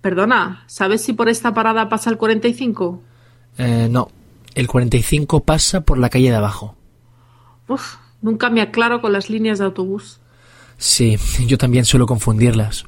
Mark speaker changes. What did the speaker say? Speaker 1: Perdona, ¿sabes si por esta parada pasa el 45?
Speaker 2: Eh, no, el 45 pasa por la calle de abajo.
Speaker 1: Uf, nunca me aclaro con las líneas de autobús.
Speaker 2: Sí, yo también suelo confundirlas.